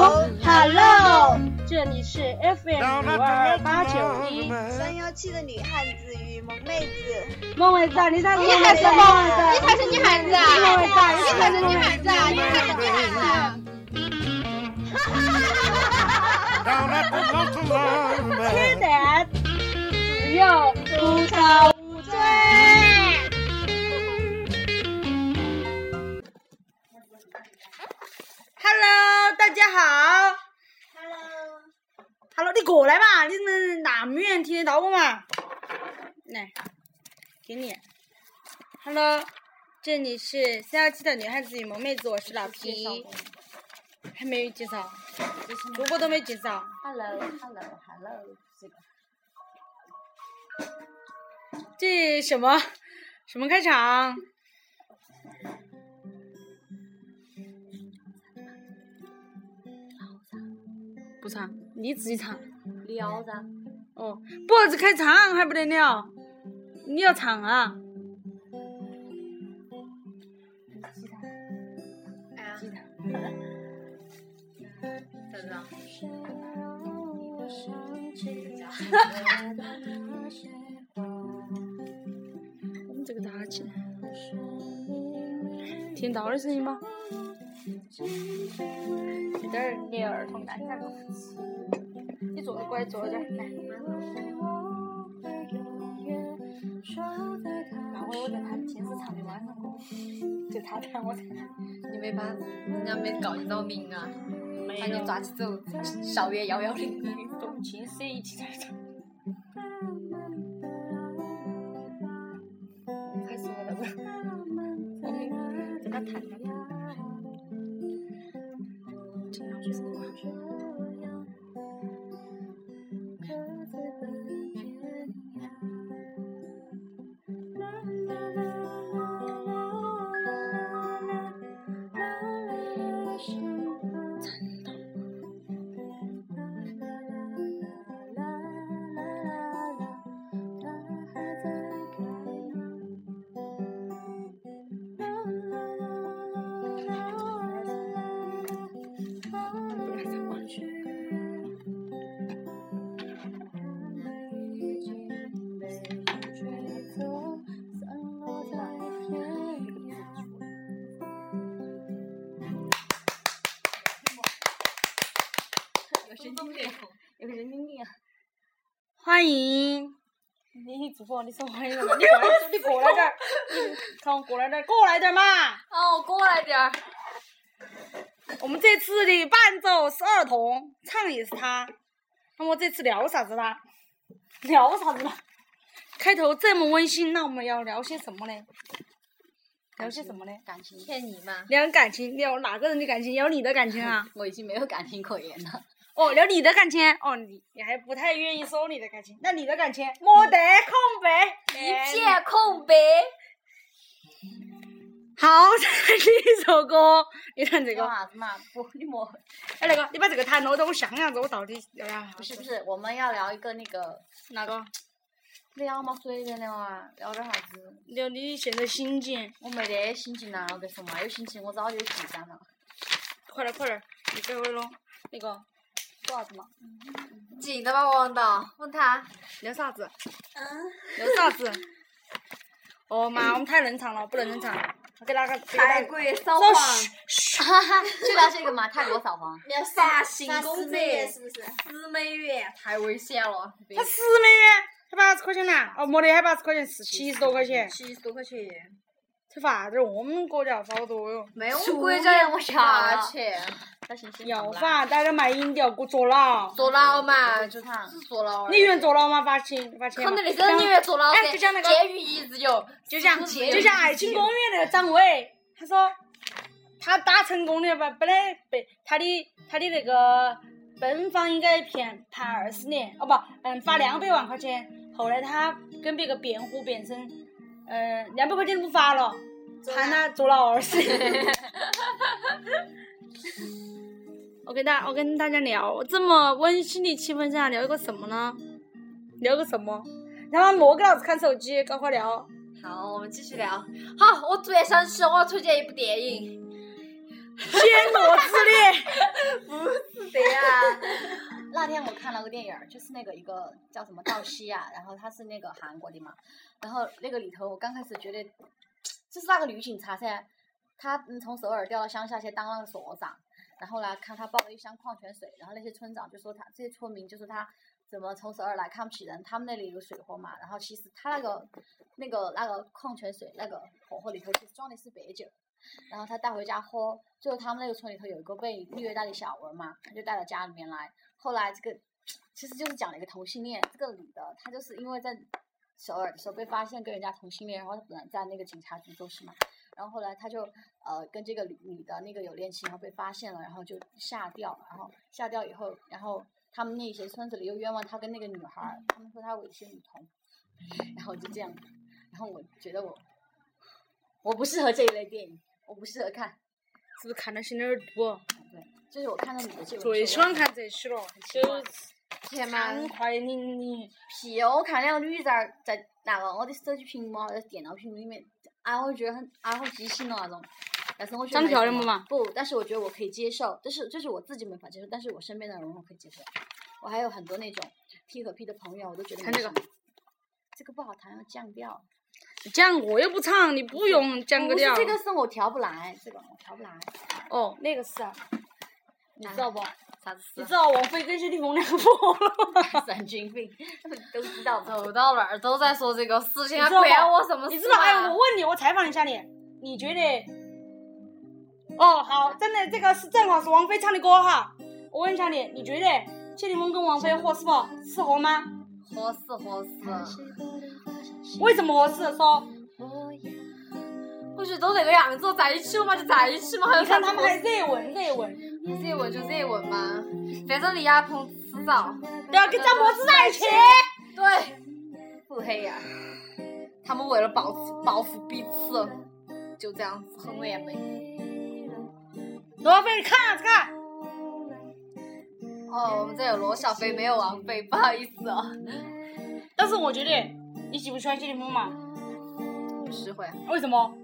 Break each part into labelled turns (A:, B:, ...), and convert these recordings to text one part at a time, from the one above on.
A: Hello，Hello，Hello，Hello，这里是 FM 五二八九一，
B: 三幺七的女汉子与萌妹子，
A: 孟伟在，你在孟
C: 女
A: 伟
C: 孩子
A: 在，
C: 吗
A: 孟伟在，
C: 你才是女孩子啊
A: 孟伟在，
C: 你才是女孩子啊！你
A: 孟伟
C: 才
A: 在
C: 是女孩子！
D: Down at the local
A: 吃
D: lumber.
A: 点，只要不超不
C: 啊
A: 醉。
B: Hello，大家好。Hello。Hello，你过来嘛，你们那么远听得到我嘛？来，给你。Hello，这里是三幺七的女汉子与萌妹子，我是老皮。还没有介绍，主播都没介绍。Hello，Hello，Hello，这什么什么开场？不唱，你自己唱。
E: 聊噻，
B: 哦，脖子开唱还不得了？你要唱啊？吉他，
E: 咋子啊？
B: 我们这个打起来，听到的声音吗？有点儿你儿童尴尬。你坐过来坐点儿，来。
E: 那我有在他平时唱的晚上歌，就他弹我弹，你没把人家没告你扰民啊？把你抓起走，校园幺幺零那种青涩一起在唱。开始我了吧？我们给他弹了。有神经病，有神经病。
B: 欢迎，
E: 你主播，你说
B: 欢迎什么？你过来，你过来点儿，你看我过来点儿，过来点儿嘛！
E: 哦，过来点儿。
B: 我们这次的伴奏是儿童，唱的也是他。那么这次聊啥子啦？聊啥子啦？开头这么温馨，那我们要聊些什么呢？聊些什么呢？
E: 感情骗你吗？
B: 聊感情，聊哪个人的感情？聊你的感情 啊？
E: 我已经没有感情可言了。
B: 哦，聊你的感情。哦，你你还不太愿意说你的感情，那你的感情没得空白，
E: 一片空白。
B: 好唱的一首歌。你看这
E: 这个
B: 个，
E: 啥子嘛？不，你莫
B: 哎，那个，你把这个弹落到我像样子，我到底要聊啥
E: 不是
B: 子
E: 不是，我们要聊一个那个
B: 哪个？
E: 聊嘛，随便聊啊，聊点啥子？
B: 聊你现在心情。
E: 我没得心情啊了，我跟你说嘛，有心情我早就闭上了。
B: 快点快点，你给我弄那个
E: 说啥子嘛？紧的吧，王导，问他。
B: 聊啥子？嗯。聊啥子？哦妈，我们太冷场了，不能冷场。我给大家给大
F: 泰
B: 家
F: 国扫
B: 走
F: 黄，
B: 嘘
E: 哈哈，就聊这个嘛，泰国扫 黄，
F: 要杀性
C: 四
F: 工者，
C: 美元是不是？
F: 十美元，
E: 太危险了。
B: 他十美元，还八十块钱呐？哦，没得，还八十块钱，是七十多块钱。
F: 七十多块钱，
B: 这法子，我们国家法好多哟。
F: 没有
E: 中
F: 国
E: 国
F: 家
E: 家
F: 让我
E: 有
F: 下
E: 啥
F: 去，
E: 小心心
B: 要法，大家卖淫的要给我坐牢。
C: 坐牢嘛，
E: 就
C: 就
E: 他
C: 只坐牢而已。
B: 你愿坐牢吗？罚钱，罚钱
E: 可
B: 嘛。
E: 能那个人员坐牢
B: 哎
E: 噻，
B: 就像那个
E: 监狱一日游，
B: 就像
E: 自由
B: 就像《爱情公寓》那个张伟，他说他打成功了吧，本来被他的他的那个本方应该判判二十年，哦不，嗯，罚两百万块钱。后来他跟别个辩护辩称，嗯、两百块钱都不罚了，判他坐牢二十 年。我跟大我跟大家聊，这么温馨的气氛下聊一个什么呢？聊个什么？然后莫给老子看手机，赶快聊。
E: 好，我们继续聊。好，我突然想起我要推荐一部电影，
B: 天罗之恋，
F: 是的呀，
E: 那天我看了个电影儿，就是那个一个叫什么道西啊，然后他是那个韩国的嘛，然后那个里头我刚开始觉得，就是那个女警察噻，她嗯从首尔调到乡下去当那个所长，然后呢看她抱了一箱矿泉水，然后那些村长就说她这些村民就说她怎么从首尔来看不起人，他们那里有水货嘛，然后其实她那个那个那个矿泉水那个火锅里头其实装的是白酒。然后她带回家喝，最后他们那个村里头有一个被虐待的小文嘛，她就带到家里面来，后来这个其实就是讲了一个同性恋，这个女的她就是因为在首尔的时候被发现跟人家同性恋，然后她本来在那个警察局做事嘛，然后后来她就呃跟这个女女的那个有恋情，然后被发现了，然后就下掉，然后下掉以后，然后他们那些村子里又冤枉她跟那个女孩儿，他们说她猥亵女童， 然后就这样，然后我觉得我我不适合这一类电影，我不适合看，
B: 是不是看的心里有点堵？
E: 就是我看到你的这种，
B: 最喜欢看这些了，就是
C: 天哪！
B: 畅快的你你
E: 屁哦！我看两个女的在在那个我的手机屏幕啊，在电脑屏幕里面，啊，我觉得很啊，好畸形了那种。但是我觉得
B: 长得
E: 没
B: 漂
E: 什
B: 亮
E: 么
B: 不嘛？
E: 不，但是我觉得我可以接受，这是这是我自己没法接受，但是我身边的人我可以接受。我还有很多那种 P 和 P 的朋友，我都觉得
B: 看
E: 没
B: 这
E: 什
B: 个
E: 么，这个不好谈，要降调。
B: 讲我又不唱，你不用讲个
E: 不是
B: 调。
E: 这个是我调不来，这个我调不来。哎
B: 哦，那个是啊，你知道不？
E: 啥子
B: 你知道王菲跟谢霆锋两个火了吗？
E: 神经病，都知道
B: 哦
E: 吧？
C: 走到哪儿都在说这个事 情，
B: 你
C: 还
B: 知道
C: 管
B: 吗
C: 我什么事、啊？
B: 你知道？哎，我问你，我采访一下你，你觉得？哦，好，真的，这个是正好是王菲唱的歌哈。我问一下你，你觉得谢霆锋跟王菲合适不？适合吗？
C: 合适合适，
B: 为什么合适？说，
C: 我觉得都这个样子，在一起了嘛就在一起嘛，还有
B: 你
C: 啥
B: 看
C: 子
B: 他们还热吻热吻，
C: 热吻就热吻嘛，反正李亚鹏迟早
B: 不要跟张柏芝在一起。
C: 对，
E: 腹黑呀、
C: 啊他们为了保持保护彼此，就这样子很完美。
B: 罗非，你看这个，
C: 哦，我们这有罗小飞，没有王菲，不好意思哦，
B: 但是我觉得你喜不喜欢谢霆锋嘛？
C: 不喜欢，
B: 为什么？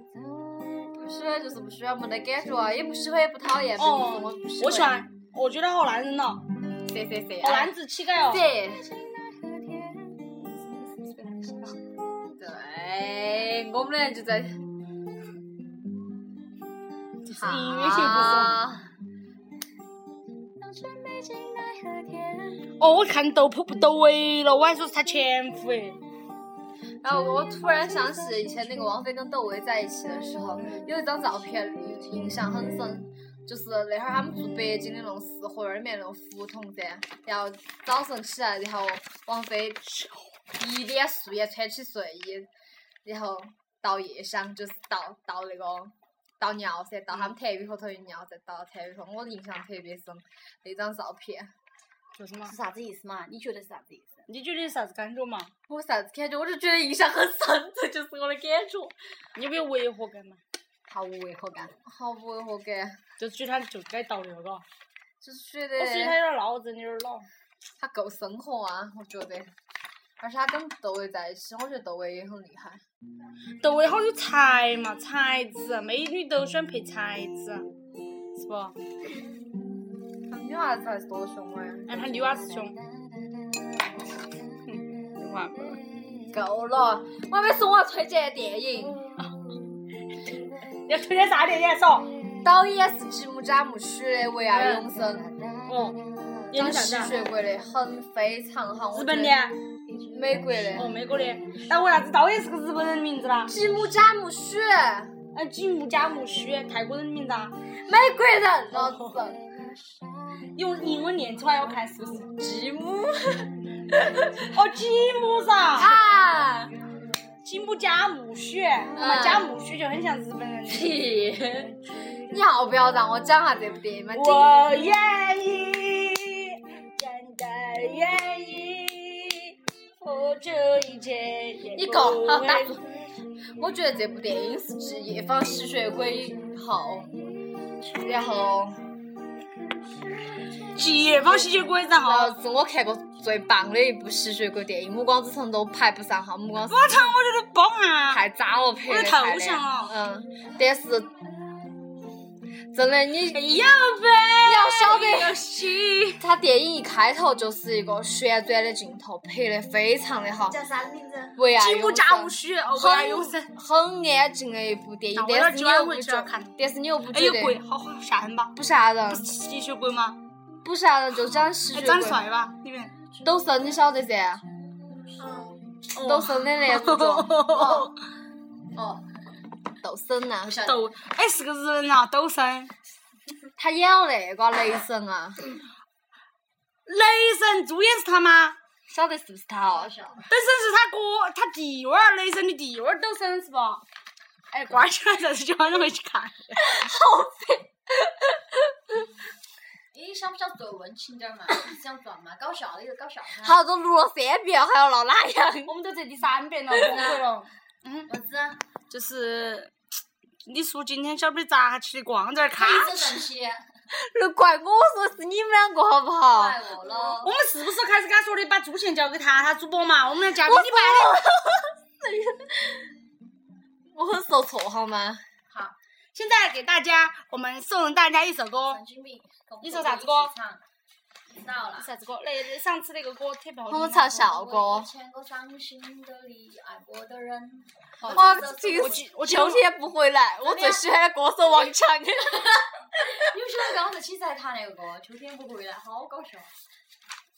C: 不喜欢就是不喜欢，没得感觉啊，也不喜欢也不讨厌，
B: 哦
C: 我不喜
B: 我喜欢，我觉得好男人哦，
C: 谁谁谁，
B: 好男子气概哦。
C: 对。对，我们俩就在。
B: 是音乐性不
C: 啊
B: 是？哦，我看斗破不斗哎了，我还说是他前夫哎。
C: 然后我突然想起以前那个王菲跟窦唯在一起的时候，有一张照片印象很深，就是那会儿他们住北京的那种四合院里面那种胡同噻，然后早晨起来，然后王菲一脸素颜穿起睡衣，然后倒夜香，就是倒倒那个。倒尿噻，倒他们痰盂后头一尿，再倒痰盂后，我印象特别深那张照片。
B: 说什么
E: 是？啥子意思嘛？你觉得是啥子意思？
B: 你觉得有啥子感觉嘛？
C: 我啥子感觉？我就觉得印象很深， 这就是我的感觉。
B: 你有没有违和感嘛？
E: 毫无违和感。
C: 毫无违和感。
B: 就是觉得他就该倒流了。
C: 就是觉
B: 我是觉得他
C: 得
B: 有点闹，真的有点闹。
C: 他够生活啊，我觉得。而且他跟窦唯在一起，我觉得窦唯也很厉害。
B: 窦唯好有才嘛，才子，啊美女都喜欢配才子，啊是不？
C: 他女娃子还是多凶哎！
B: 然后他女娃子凶。
C: 嗯
B: 对吧？
C: 够了，我还没说我要推荐的电影，
B: 你要推荐啥电影？说。
C: 导演是吉姆·贾木许的《为爱永生》，
B: 哦。演
C: 张
B: 的
C: 希
B: 啥子
C: 学
B: 啊？
C: 过的，很非常好。我
B: 日
C: 觉
B: 本
C: 得
B: 的啊。
C: 美国
B: 哦，
C: 的。
B: 美国的。那为啥子导演是个日本人的名字啦？
C: 吉姆·贾木许，
B: 啊，吉姆加姆须，泰国人的名字啊，
C: 美国人，老子
B: 用英文念出来我看是不是？
C: 吉姆
B: 哦，吉姆噻，
C: 啊！
B: 吉姆加姆须，
C: 嗯
B: 那么加姆须就很像日本人的。
C: 屁！你要不要让我讲下这部电影嘛？
B: 我愿意，真的愿意，付出一切也
C: 你
B: 不
C: 搞好
B: 为
C: 打住！我觉得这部电影是继《夜访吸血鬼》后，然后
B: 继夜访吸血鬼，然
C: 然
B: 后
C: 后是我看过最棒的一部吸血鬼电影，《暮光之城》都排不上哈，《暮光之
B: 我操，我觉得棒啊！
C: 太渣了，拍
B: 我
C: 的
B: 的
C: 太
B: 头像
C: 烂
B: 了
C: 嗯，但是真的你
B: 要呗，哎
C: 要晓得，他电影一开头就是一个旋转的镜头，拍得非常的好。
F: 叫啥名字？
C: 为爱
B: 既不
C: 永
B: 扎无
C: 生，
B: 虚，哦，不爱永生。
C: 很很安静的一部电影
B: 啊，我要
C: 但是你
B: 今晚
C: 又不
B: 回去
C: 觉
B: 要，看。
C: 但是你又不
B: 哎
C: 觉
B: 呦
C: 得
B: 鬼，好好吓人吧？
C: 不吓
B: 不
C: 人
B: 是，吸血鬼吗？
C: 不吓人，就讲吸
B: 哎，
C: 血
B: 长
C: 鬼
B: 得帅吧？里面
C: 抖森，你晓得噻，
F: 嗯，
C: 抖森的男主角，
B: 哦，
C: 哦，抖森呐，
B: 抖哎是个日本人啊，抖森。
C: 他演了那个雷神啊，
B: 雷神主演是他吗？
C: 晓得是不是他哦？
B: 本身是他哥，他弟娃儿雷神的弟娃儿抖森是吧？哎，瓜起来啥子就让人回去看。
E: 你想不想做温情点儿嘛？ 想做嘛？搞笑的就搞笑嘛。
C: 好，都录了三遍，还要闹哪样？
B: 我们都这第三遍了，崩溃了。
E: 老子
B: 就是，你说今天晓不得咋去逛这儿看？
E: 一直正气，
C: 都怪我说是你们两个好不好？
E: 怪我了
B: 我。们是不是开始跟他说的把主线交给他，他主播嘛？我们来交给你办的。
C: 我很受挫好吗？
B: 现在给大家，我们送大家一首歌
E: 神，经病。
B: 你说啥子歌？
E: 知道了。
B: 啥子歌？那上次那个歌特别好
C: 我们
B: 听。啊
C: 唱校歌
E: 我遇，见过伤心的你，爱过的人。
C: 哇，
B: 我
C: 这个
B: 记我记得
C: 秋天不回来，我最喜欢的歌手王强。
E: 你们喜欢跟我们一起在弹那个歌，秋天不回来，好哦搞笑。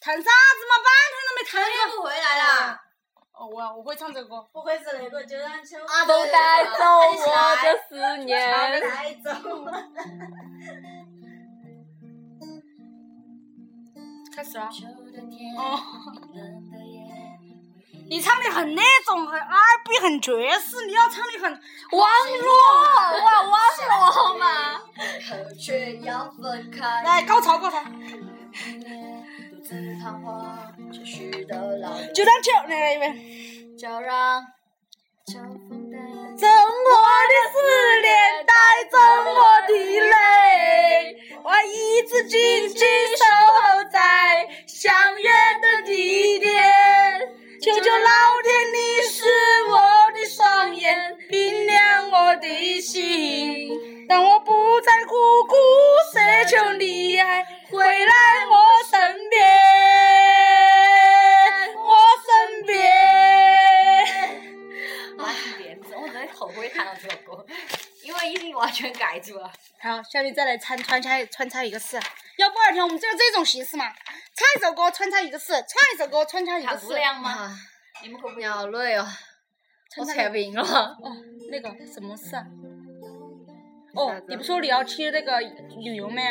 B: 谈啥子嘛？半天都没
F: 他
B: 谈
F: 又不回来了，
B: 哦，我我会唱这个歌。
F: 不会是那个就让秋
E: 啊
C: 都带走
B: 啊
C: 我
F: 我
C: 的思念。
F: 带走。
B: 开始啊了。
E: 秋的天，
B: 哦，
E: 冷的夜，
B: 你唱的很那种，很 R&B，很爵士，你要唱的很
C: 网络，哇，网络好 吗？
E: 可却要分开。
B: 来高潮高潮，
E: 独自彷徨，继续的老人，
B: 就当就那个一位。
E: 就让秋风带来
B: 怎我的思念带走我的泪，我一直紧紧守候在相约的地点。求求老天，你是我的双眼，冰凉我的心。当我不再苦苦奢求你爱回来我身边，我身边。
E: 拉起帘 子，我真的后悔弹了这首歌，因为已经完全盖住了。
B: 好，小李再来穿穿插穿插一个事，要不二天我们就有这种形式嘛，唱一首歌穿插一个事，唱一首歌穿插一个
E: 看
B: 事
E: 姑。娘吗？
C: 啊，
E: 你们可不
C: 要累哦，我
B: 穿插一
C: 馋
B: 个
C: 病了。
B: 哦，那个什么事啊？哦，你不说你要去那个旅游吗？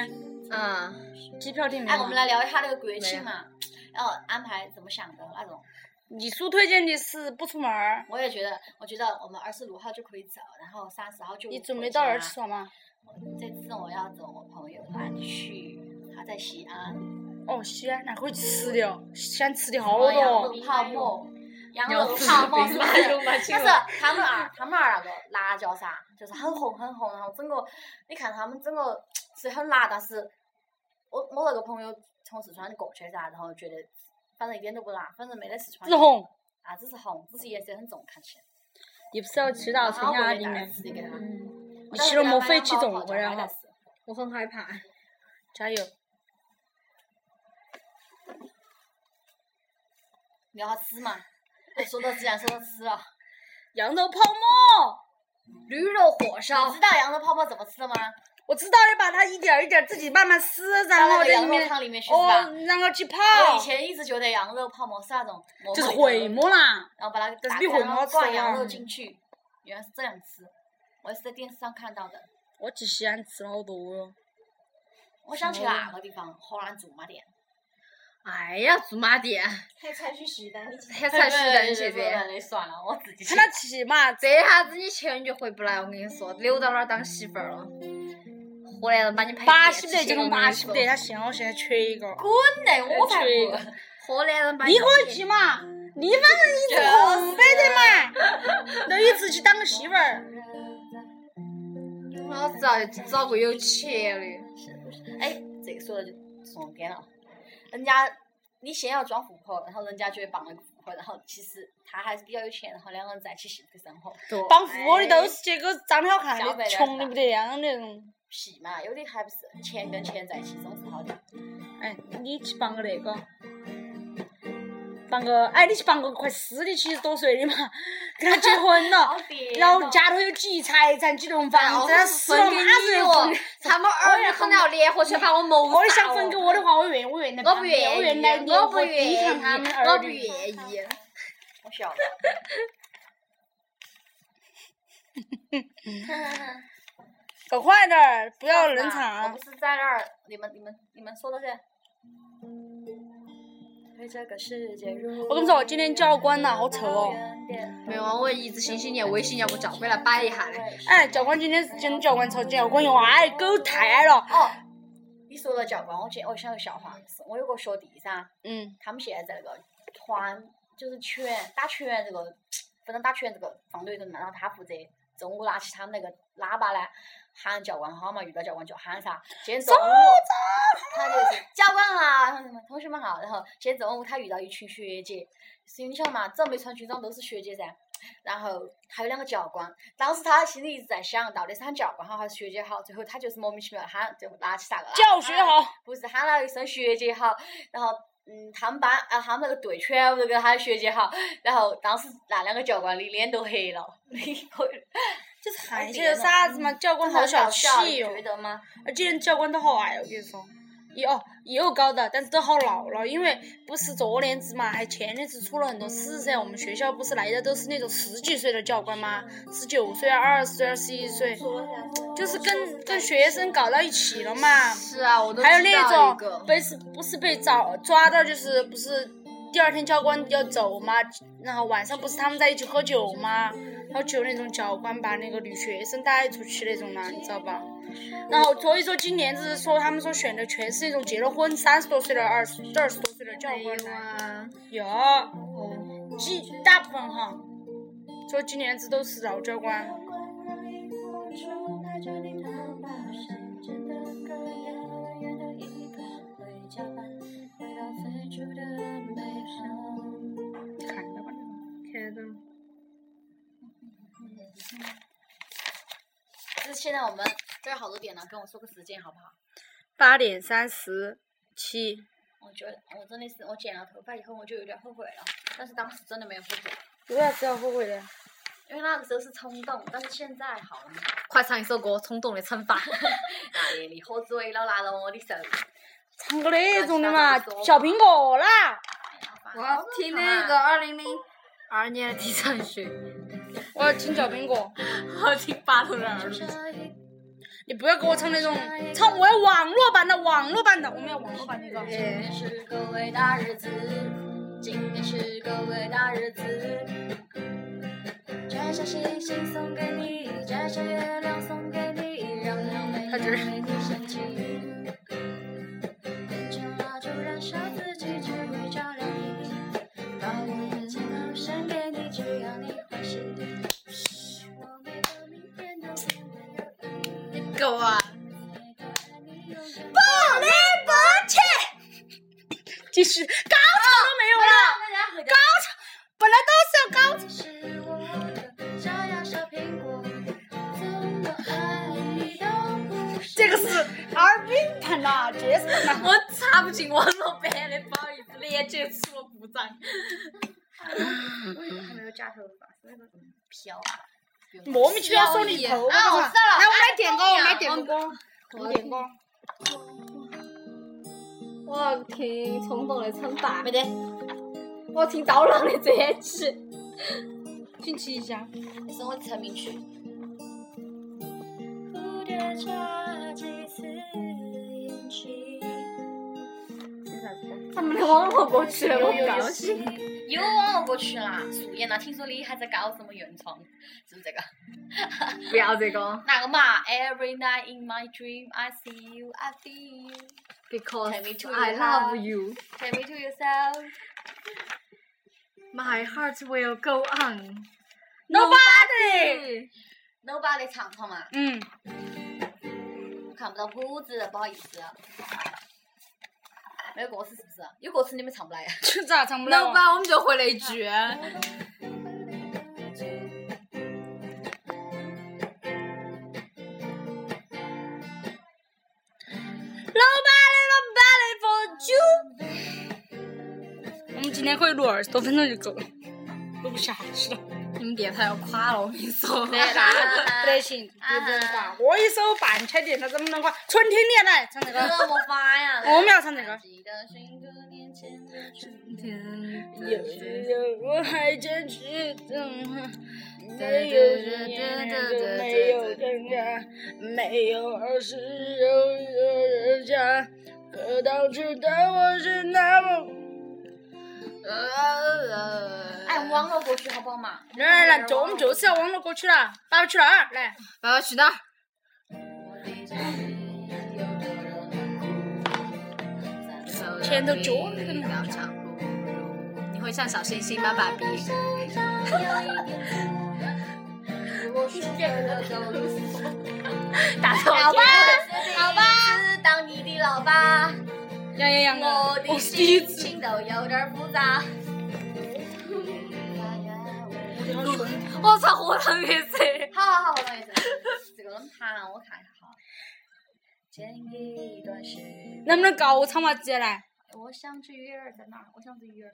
C: 啊，
B: 机票订没
E: 哎，
B: 有
E: 我
B: 啊？
E: 们来聊一下那个国庆嘛，然后安排怎么想的那种。
B: 李叔推荐的是不出门儿，
E: 我也觉得，我觉得我们二十五号就可以走，然后三十号就
B: 你准
E: 回
B: 备到哪儿
E: 家
B: 去了吗？
E: 这次我要走我朋友那里去，他在西安，
B: 哦，西安那可以吃的哦，西安吃的好
E: 哦
B: 多
E: 羊肉
B: 哦。
E: 泡馍，羊
C: 要
E: 肉
C: 吃
E: 泡馍
C: 饼
E: 是不
C: 吗
E: 是？
C: 肉吗
E: 但是他们那儿他们那儿那个辣椒噻，就是很红很红，然后整个你看他们整个虽然很辣，但是我我那个朋友从四川过去噻，然后觉得反正一点都不辣，反正没得四川
B: 紫红，
E: 啊，只是红，只是颜色很重，看起来。
B: 你不是要去到
E: 然后
B: 陈
E: 我
B: 家
E: 就
B: 里
E: 带
B: 面
E: 儿？吃的给他，
B: 你去了莫非去
E: 总
B: 总回来哈？
C: 我很害怕。
B: 加油！
E: 聊下吃嘛， 说到既然说到吃啊了，
B: 羊肉泡馍，
C: 驴肉火
E: 你
C: 烧，
E: 知道羊肉泡馍怎么吃的吗？
B: 我知道要把它一点儿一点儿自己慢慢撕，然
E: 放到
B: 后
E: 那个
B: 在
E: 羊
B: 里
E: 肉
B: 面
E: 汤里面去是吧
B: 哦？，然后去泡，
E: 我以前一直觉得羊肉泡馍是那种馍
B: 就是
E: 馍里
B: 回
E: 头
B: 馍啦。
E: 然后把它
B: 但
E: 打
B: 是比
E: 开，
B: 回
E: 然后
B: 馍
E: 灌
B: 吃
E: 羊
B: 啊
E: 肉进去，原来是这样吃。我是在电视上看到的。
B: 我去西安吃了好多哦哟。
E: 我想去哪个地方？河南驻马店。
C: 哎呀，驻马店，
F: 还采取适当的
C: 还 才是人
E: 去
C: 去
E: 的。
C: 的。
E: 那算了，我 自己去
B: 喊。他去嘛，这
C: 这下子你去了你就回不来，我跟你说，留到那儿当媳妇儿了。河南人把你拍
B: 巴
C: 扁
B: 西
C: 起
B: 不得，
C: 了
B: 这种巴西不得，。他幸好现在缺一个。哦
E: 滚嘞！我才
B: 去
E: 不。
C: 河南人把
B: 你
C: 你
B: 可以去嘛，你 反正你是湖北的嘛，那一直去当个媳妇儿。
C: 老子要找个有钱的。
E: 哎，这个说的就重点了。人家，你先要装富婆，然后人家就会傍了个富婆，然后其实他还是比较有钱，然后两个人在一起幸福生活。
C: 哎
B: 帮富婆的都是些个长得好看
E: 小白
B: 的，
E: 脸
B: 穷的不得样的那种。
E: 皮嘛，有的还不是钱跟钱在一起总是好的。
B: 哎，你去办个那个，办个哎，你去办个快私的七十多岁的嘛，跟他结婚 了，然后家头有几亿财产、几栋
C: 然
B: 房
C: 后
B: 子，他死了
C: 哎分给
B: 马上
C: 你
B: 就
C: 哦
B: 分。，
C: 他们儿女可能要联合去把我谋
B: 我
C: 杀
B: 想分给
C: 哦。
B: 我的话，我愿，我愿意来
C: 我
B: 办，
C: 不
B: 我愿
C: 愿
B: 意
C: 意
B: 来，
C: 我不愿
B: 抵抗
C: 意
B: 他们，
C: 我
B: 儿
C: 不
B: 女。
C: 愿意。
E: 我晓得，
B: 搞快点儿，不要冷
E: 我
B: 场啊
E: 不。是在那儿，你们你们你们说的噻。对这个世界如
B: 我跟你说，今天教官呐，好臭哦。
C: 没有，我一直心心念微信要不叫过来摆一下嘞。
B: 哎，教官今天跟教官吵架，我跟你说，哎，狗太矮了。
E: 哦，你说到教官，我今天我想个笑话，是我有个学弟噻，
B: 嗯，
E: 他们现在在那个团，就是拳打拳这个，反正打拳这个放队子嘛，然后他负责。中午拿起他们那个喇叭呢，喊教官好嘛，遇到教官就喊噻。今天中午，他就是教官啊，然后什么同学们好，然后今天中午他遇到一群学姐，是因为你晓得嘛，只要没穿军装都是学姐噻。然后还有两个教官，当时他心里一直在想，到底是喊教官好还是学姐好？最后他就是莫名其妙喊，最后拿起那个喇叭
B: 教学好。
E: 不是喊了一声学姐好，然后嗯，他们班啊，他们那个队全部都跟喊学姐好，然后当时那两个教官的脸都黑 了，
B: 就是韩些啥子嘛，教官好小气哟、
E: 觉得吗？
B: 而今天教官都好矮哦，我跟你说，也哦也有高的，但是都好老了，因为不是昨年子嘛，还前年子出了很多事噻。我们学校不是来的都是那种十几岁的教官吗？十九岁啊，二十岁、二十一岁，就是跟跟学生搞到一起了嘛。
C: 是啊，我都
B: 还有
C: 知道
B: 那
C: 一
B: 种
C: 个
B: 被是不是被找抓到，就是不是第二天教官要走嘛，然后晚上不是他们在一起喝酒嘛，然后就有那种教官把那个女学生带出去那种啦，你知道吧？然后所以说今年就是说他们说选的全是那种结了婚三十多岁的二十二十多岁的教
C: 没
B: 官
C: 有
B: 来，
C: 啊，
B: 有，几大部分哈，说今年子都是老教官。看到吧，看到。
E: 就是现在我们这儿好多点了，跟我说个时间好不好？
B: 八点三十七。
E: 我觉得我真的是，我剪了头发以后我就有点后悔了，但是当时真的没有后悔，
B: 有啥子要后悔的？
E: 因为那个时候是冲动，但是现在好了嘛，
C: 快唱一首歌《冲动的 惩罚》。
E: 那夜里喝醉了拿了我的手，
B: 唱个那种的嘛，小苹果啦。
G: 我要听那个二零零
C: 二年的地产学，
B: 我要听小苹果。
C: 好听八头的儿女。
B: 你不要给我唱那种，唱我要网络版的，网络版的，我们要网络版那个。
E: 是个伟大日子，今天是个伟大日子。摘下星星送给你，摘下月亮送给你，让两美
B: 他这是
E: 为你升起。变成蜡烛燃烧自己，只为照亮你。把我的煎熬献给你，只要你欢喜。我每个明天都变得有意义。
C: 狗啊！
B: 继续，高潮都没有了，高潮本来都是要高潮。
E: 是我的这样小苹果，怎么爱你都不是。
B: 这个是哈尔滨版呐，爵士版呐。
C: 我插不进网络版的，不好意思，连接处了故障。
E: 飘，
B: 莫名其妙说你头发。
C: 啊我知道了
B: 来，我买电锅，我买电
C: 我
B: 锅。我电锅。
G: 我听《冲动的惩罚》，
B: 没得，
G: 我听刀郎的这一期。
B: 听吉祥。
E: 这是我的成名曲。
H: 蝴蝶眨几次眼睛，
G: 他们的网络歌曲，我
E: 有
G: 高
E: 有
G: 兴。
E: 有网络歌曲啦，素颜啦，听说你还在搞什么原创，是不是这个？
C: 不要这个
E: 那个嘛，Every night in my dream I see you, I feel you,
C: ，because I love you。
E: take me to yourself。
C: My heart will go on。
B: Nobody。
E: Nobody 唱好嘛，
B: 嗯，
E: 我看不到谱子，不好意思。没有歌词是不是？有歌词你们唱不来呀？
B: 这咋唱不了啊？
C: Nobody，我们就回了嗯一句。
B: 天可以录二十多分钟就够了，录不下去了。
F: 你们电台要垮了，我跟你说。
B: 那那不得行，也不能垮。我一首半天电台怎么能垮？春天恋爱唱这个，
F: 么发呀
B: 我们要唱这个。
F: 记得许多年前的春
B: 有
F: 天
B: 人我还坚持等啊，没有人年都没有人家，没有儿时有人家，可当初的我是那么。
E: 哎，网络歌曲好不好嘛？
B: 来来来，就我们就是要网络歌曲了，爸爸去哪儿？来，
F: 爸爸去哪儿？
B: 前头脚跟
F: 要长路，你会唱小星星吗， 爸比？打错
E: 老爸
F: 了，
E: 老爸，当你的老爸，
B: 杨洋洋啊，
E: 我的心情都有点复杂。
F: 我操，火塘月色。
E: 好好好，我懂意思。这个冷盘我看一下哈。前一段时间，
B: 能不能高唱嘛？直接来。
E: 哎我想吃鱼儿在哪儿？我想吃鱼儿。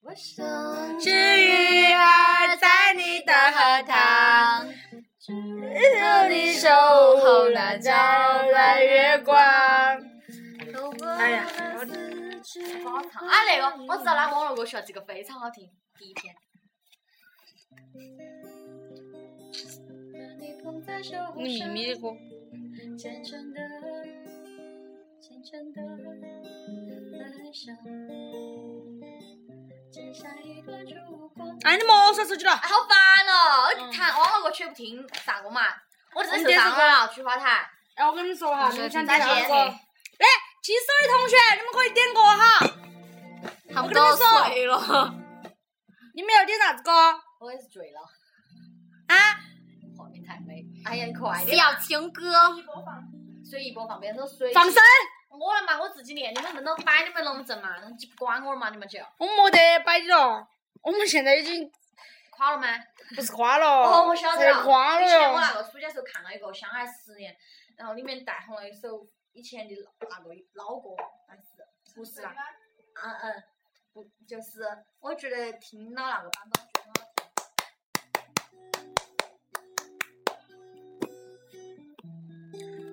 E: 我想
B: 是鱼儿在你的荷塘，有你守候那皎白月光。哎呀，
E: 不好唱啊！那个我知道哪个网络歌曲了，这个非常好听。第一篇。
B: 我你咪咪的歌，
E: 虔诚的，虔诚的爱上，只下一段烛光。
B: 哎，你莫耍手机了。
E: 哎，好烦哦！我弹网络歌曲不听，啥歌嘛？哦我真的受伤了，菊花台。
B: 哎，我跟你们说哈，你们想听啥子？
E: 再
B: 哎
E: 见
B: 来，骑手的同学，你们可以点歌哈。
F: 他们
E: 哦
B: 我跟你
F: 都
B: 们说
F: 睡了。
B: 你们要点啥子歌？啊？
E: 我也是醉了，啊画面太美。哎呀，你快点！
F: 小情歌，
E: 随意播放，别说随意。
B: 放生。
E: 我了嘛，我自己练，你们能摆，你们能不正嘛？能不管我嘛？你们就
B: 我没得摆的了，我们现在已经
E: 垮了吗？
B: 不是花了，
E: 哦，我晓得了。
B: 是花了
E: 以前我
B: 哟。
E: 那个暑假时候看了一个《相爱十年》，然后里面带红了一首以前的老那个老歌，但是不是啦？嗯嗯，不就是我觉得听了那个版本，我觉得很好听。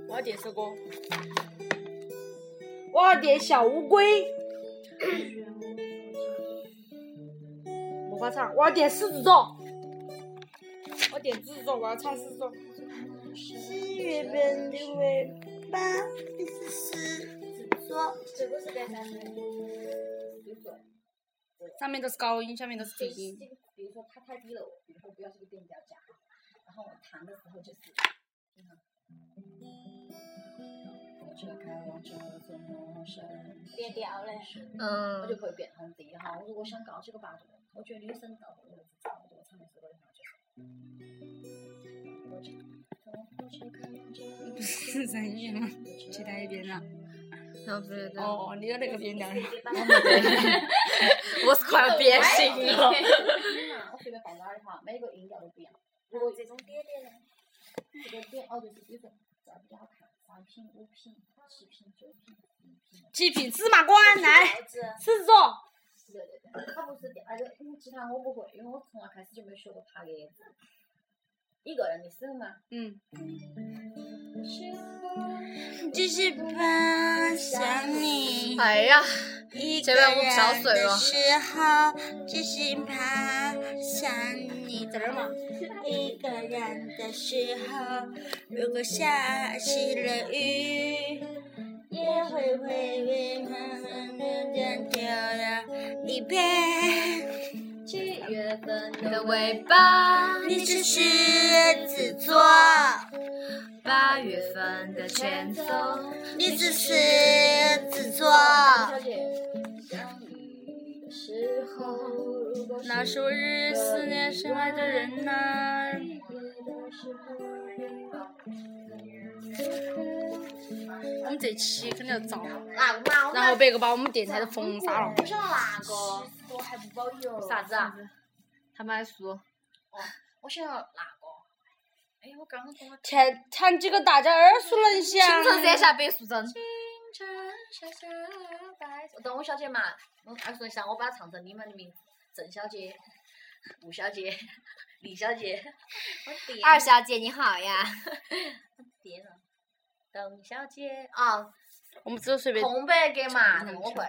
B: 我要点首歌，我要点小乌龟。没法唱，我要点狮子座。我点狮子座，我要唱狮子座。十月份的尾巴，
E: 这个是在啥子？
B: 上面都是高音，下面都是低
E: 这个
B: 音。
E: 比如说它太低了，比如说不要这个音调加，然后我弹的时候就是。你看我却开往这座陌生别调嘞。我就
F: 嗯，
E: 会变成自己哈。我如果想搞这个吧，我觉得女生到后面是差不多，唱一首歌的话就是。
B: 不是这音吗？其啊他一边了。
F: 要不然呢
B: 哦，你的那个边了。
F: 我是快要变形了。
E: 我随便放哪里哈，每个音调都不一样。如果这种点点呢？这个点哦，就是比如说这儿比较好看，三品、五品、七品、九品、十品。
B: 极品芝麻官来，狮子座。
E: 对对对，它不是调，而且因为吉他我不会，因为我从那开始就没学过爬格子。一个人的时候嘛，
B: 嗯，只是怕想你
F: 哎呀，
B: 一
F: 前面我们少
C: 哦
F: 水了
B: 时候，只是怕想你，在这儿嘛。一个人的时候，如果下起了雨，也会微微慢慢的掉到一边。
E: 七月份
F: 你的尾巴，
B: 你是狮子座，
F: 八月份的前奏，
B: 你是狮子座。
E: 小姐，相遇的时候，如果
B: 那时候是思念深爱的人呐、我们这期肯定要遭，
E: 那个嘛，我
B: 然后
E: 们
B: 别个把我们电台都封杀了。
E: 不晓得那个，我还不保佑。啥子啊？
F: 他买书，
E: 我想要那个。哎，我刚刚懂了。
B: 前前几个大家耳熟能详
F: 青城山下白素贞，
E: 着小小白兔，等我小姐嘛，嗯，二孙想我把它唱成你们的名字，郑小姐、吴小姐、李小姐，我点
C: 二小姐你好呀，
E: 点了，董小姐啊，
B: 我们只有随便，
E: 空白格嘛，那个我会，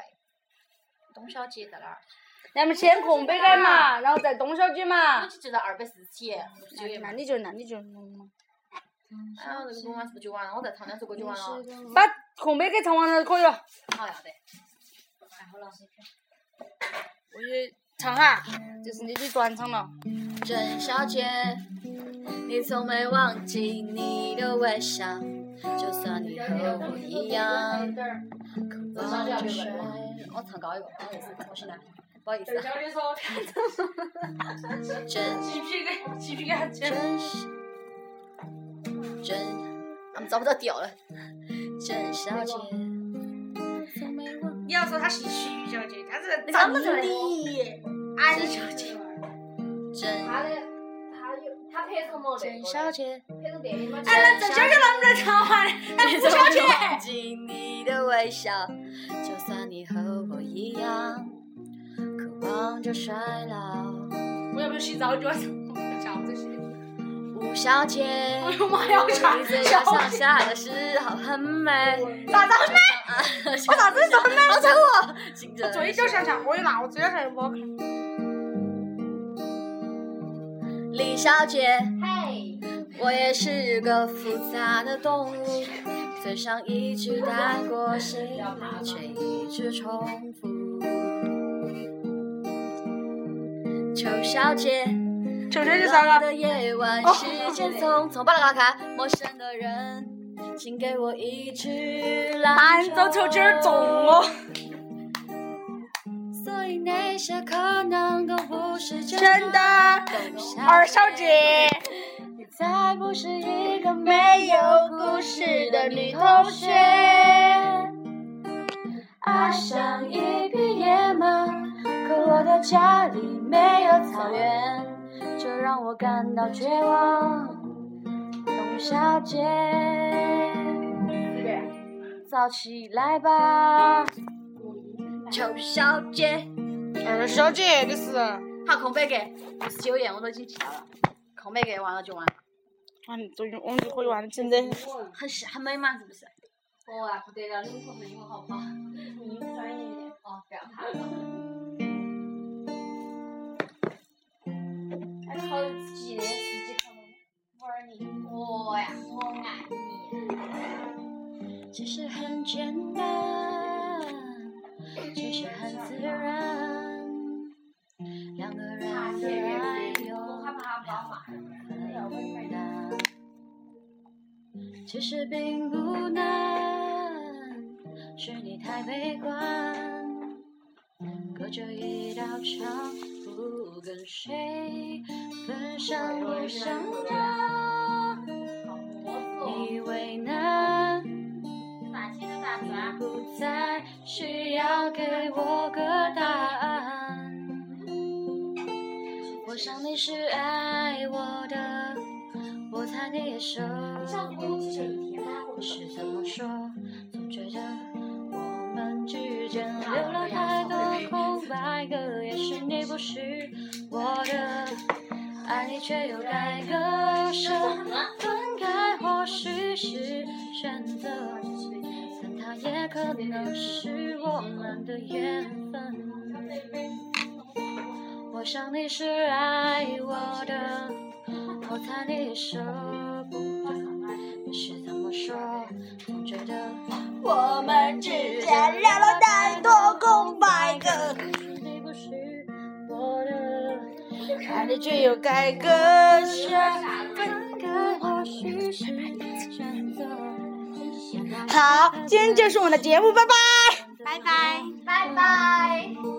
E: 董小姐在哪儿？
B: 咱们先空白的嘛，然后再董小姐
E: 我
B: 嘛。
E: 就记得二百四十七，我就
B: 那
E: 有嘛。
B: 你就那你就弄嘛，
E: 然后那个歌完是不是就完了？我再唱两首歌就完了。
B: 把空白给唱完了可以了。
E: 好要得。然后呢？
B: 我也唱哈，就是你的转场了。
E: 郑小姐，你从没忘记你的微笑，就算你和我一样。我想要水，我唱高一个，不好意思，我是男的，不好意思、啊。
B: 姐说，
E: 郑
B: 继续给继续给他接
E: 真是，真，俺们找不到调了。郑小姐，
B: 你要说她是徐小姐，她是
E: 咱们这
B: 里安小姐。
E: 郑
C: 的他有他配成么
E: 郑小姐。
C: 配成电影吗？
B: 哎，那郑小姐能不能唱完？哎，吴小姐。
E: 忘记你的微笑，就算你和我一样，渴望着衰老。
B: 我要不要洗澡？就要唱这些。
E: 吴小姐，
B: 我妈要唱
E: 你嘴巴上下的时候很美，
B: 咋子很美？
E: 我
B: 我咋子这么美？我唱我。
E: 我
B: 嘴角向下，我也拿我嘴角向下不好看。
E: 李小姐，
C: 嘿，
E: 我也是个复杂的动物，嘴上一句带过，心里却一直重复。邱小姐。
B: 就这
E: 冷
B: 就三个。
E: 的夜晚，
B: 哦
E: 时间匆匆，巴拉巴拉开。陌生的人，请给我一支
B: 俺
E: 兰
B: 都抽筋儿肿哦。
E: 所以那些可能都不是真
B: 真的，二小姐，
E: 你再不是一个
B: 没
E: 没
B: 有
E: 有
B: 故
E: 故
B: 事
E: 事
B: 的
E: 的
B: 女
E: 女
B: 同
E: 同
B: 学
E: 学。爱上一匹野马，可我的家里没有草原，这让我感到绝望。董小姐，早起来吧，邱小姐。
B: 二哎小姐，你是？哎
E: 好，空白格五十九页我都已经记到了，空白格完了就完了，
B: 嗯，终于我们就可以玩了，真的。
E: 很是很美嘛，是不是？
C: 我啊不得了，你们英文好 不好？你专业一点哦，不要怕了。还考自己的自己考不玩你，我呀，我爱你。
E: 其实很简单，其实很自然，两个人的爱有很难，其实并不难，是你太悲观，隔着一道墙，不跟谁分享你想要，
C: 哦
E: 你为难。你不再需要给我个答案。我想你是爱我的，我猜你也舍不得。是怎么说？总觉得我们之间留了太多空白格。也许你不是我的，爱你却又该割舍。分开或许是选择。但它也可能是我们的缘分。我想你是爱我的，我猜你舍不得。你是怎么说？总觉得我们之间留了太多空白格。你不是我的，爱你却又该割舍。分开或许是选择。
B: 好，今天就是我们的节目，拜拜。
F: 嗯
E: 拜拜，拜拜。